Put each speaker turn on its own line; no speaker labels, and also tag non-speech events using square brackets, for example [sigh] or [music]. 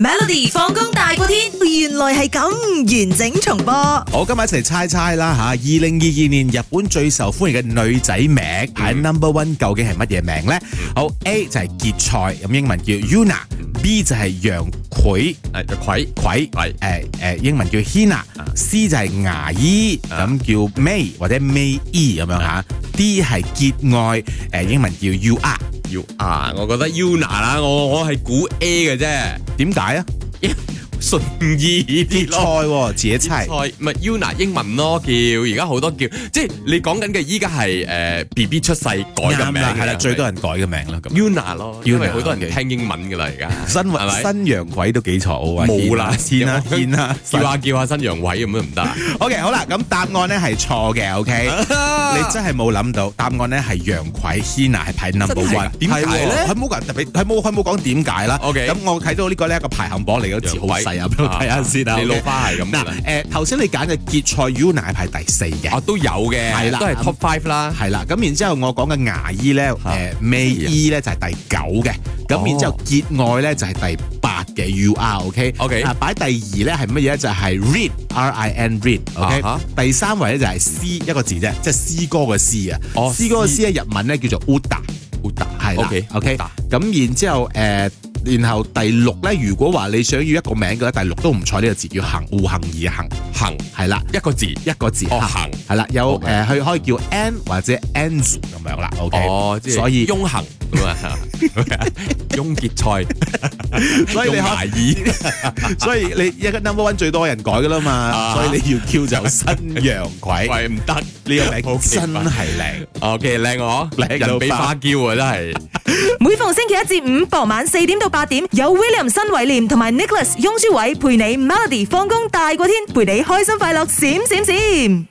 Melody 放工大過天，原來係咁完整重播。
我今日一齊猜猜啦吓，二零二二年日本最受歡迎嘅女仔名喺 number one 究竟係乜嘢名呢？好 A 就係傑菜，咁英文叫 Yuna；B 就係楊葵
誒葵
葵，
葵
誒誒英文叫 Hina；C 就係牙醫，咁叫 May 或者 May E 咁樣吓。D 係傑愛，誒英文叫 UR。
要啊！我覺得 Yuna 啦，我我係估 A 嘅啫，
點解啊？
順意啲
嗯傑菜
咯。
喎，自己猜
菜。唔係 Yuna 英文咯，叫而家好多叫，即係你講緊嘅依家係誒 B B 出世改嘅
啱
名
啦，係啦，最多
人
人改嘅名啦咁。
Yuna 咯，因為
Yuna，
好多
OK
人聽英文㗎啦而家，
新
係咪
新洋鬼都幾錯啊！
冇啦啊
見啦見啦，
叫下叫下新陽位咁
[laughs]
都唔得啊。
OK，好啦，咁答案咧係錯嘅，OK，你真係冇諗到，答案咧係楊葵 Hina 係排 number
真係
one，
㗎點解
係喎
咧
佢冇講特別，佢冇佢冇講點解啦。
OK
咁我睇到呢個呢一個排行榜嚟嗰個字好細啊，俾我
À,
睇下先啊。
你老
OK
花係咁㗎啦
嗱，誒頭先你揀嘅傑賽 Una 係排第四嘅
啊。都有嘅，
係啦
都係 top five 啦。
係啦，咁然之後我講嘅牙醫咧，
嚇啊
誒 May 醫咧就係第九嘅，
哦
咁然之後結愛咧就係第八嘅 U R OK
OK
啊擺第二咧係乜嘢咧就係 Read R I N Read OK
啊
第三位咧就係 C 一個字啫，即係詩歌嘅詩啊，
哦
詩歌嘅
C
詩嘅日文咧叫做 Uda
好大
係啦
OK
OK 咁然之後誒。然後第六咧，如果話你想要一個名嘅咧，第六都唔錯呢個字，叫行，互行而行，
行
係啦。
一個字。
一個字，
哦
嚇
行
係啦，有
OK
誒佢可以叫 N 或者 Enz 咁樣啦，OK， [laughs]
哦，即係
所以
[laughs] 翁行咁啊，翁結菜，
所以你
翁
可
牙醫，
所以你一個 number one 最多人改噶啦嘛，
啊
所以你要叫就新洋 [laughs] 葵
喂唔得，
呢個名
好奇怪
真係靚。
OK 靚我，
靚到
人比
爆
花嬌啊，真係。
每逢星期一至五傍晚四點到八點，有 William 新偉廉同埋 Nicholas 雍舒偉陪你 Melody 放工大過天，陪你開心快樂閃閃閃。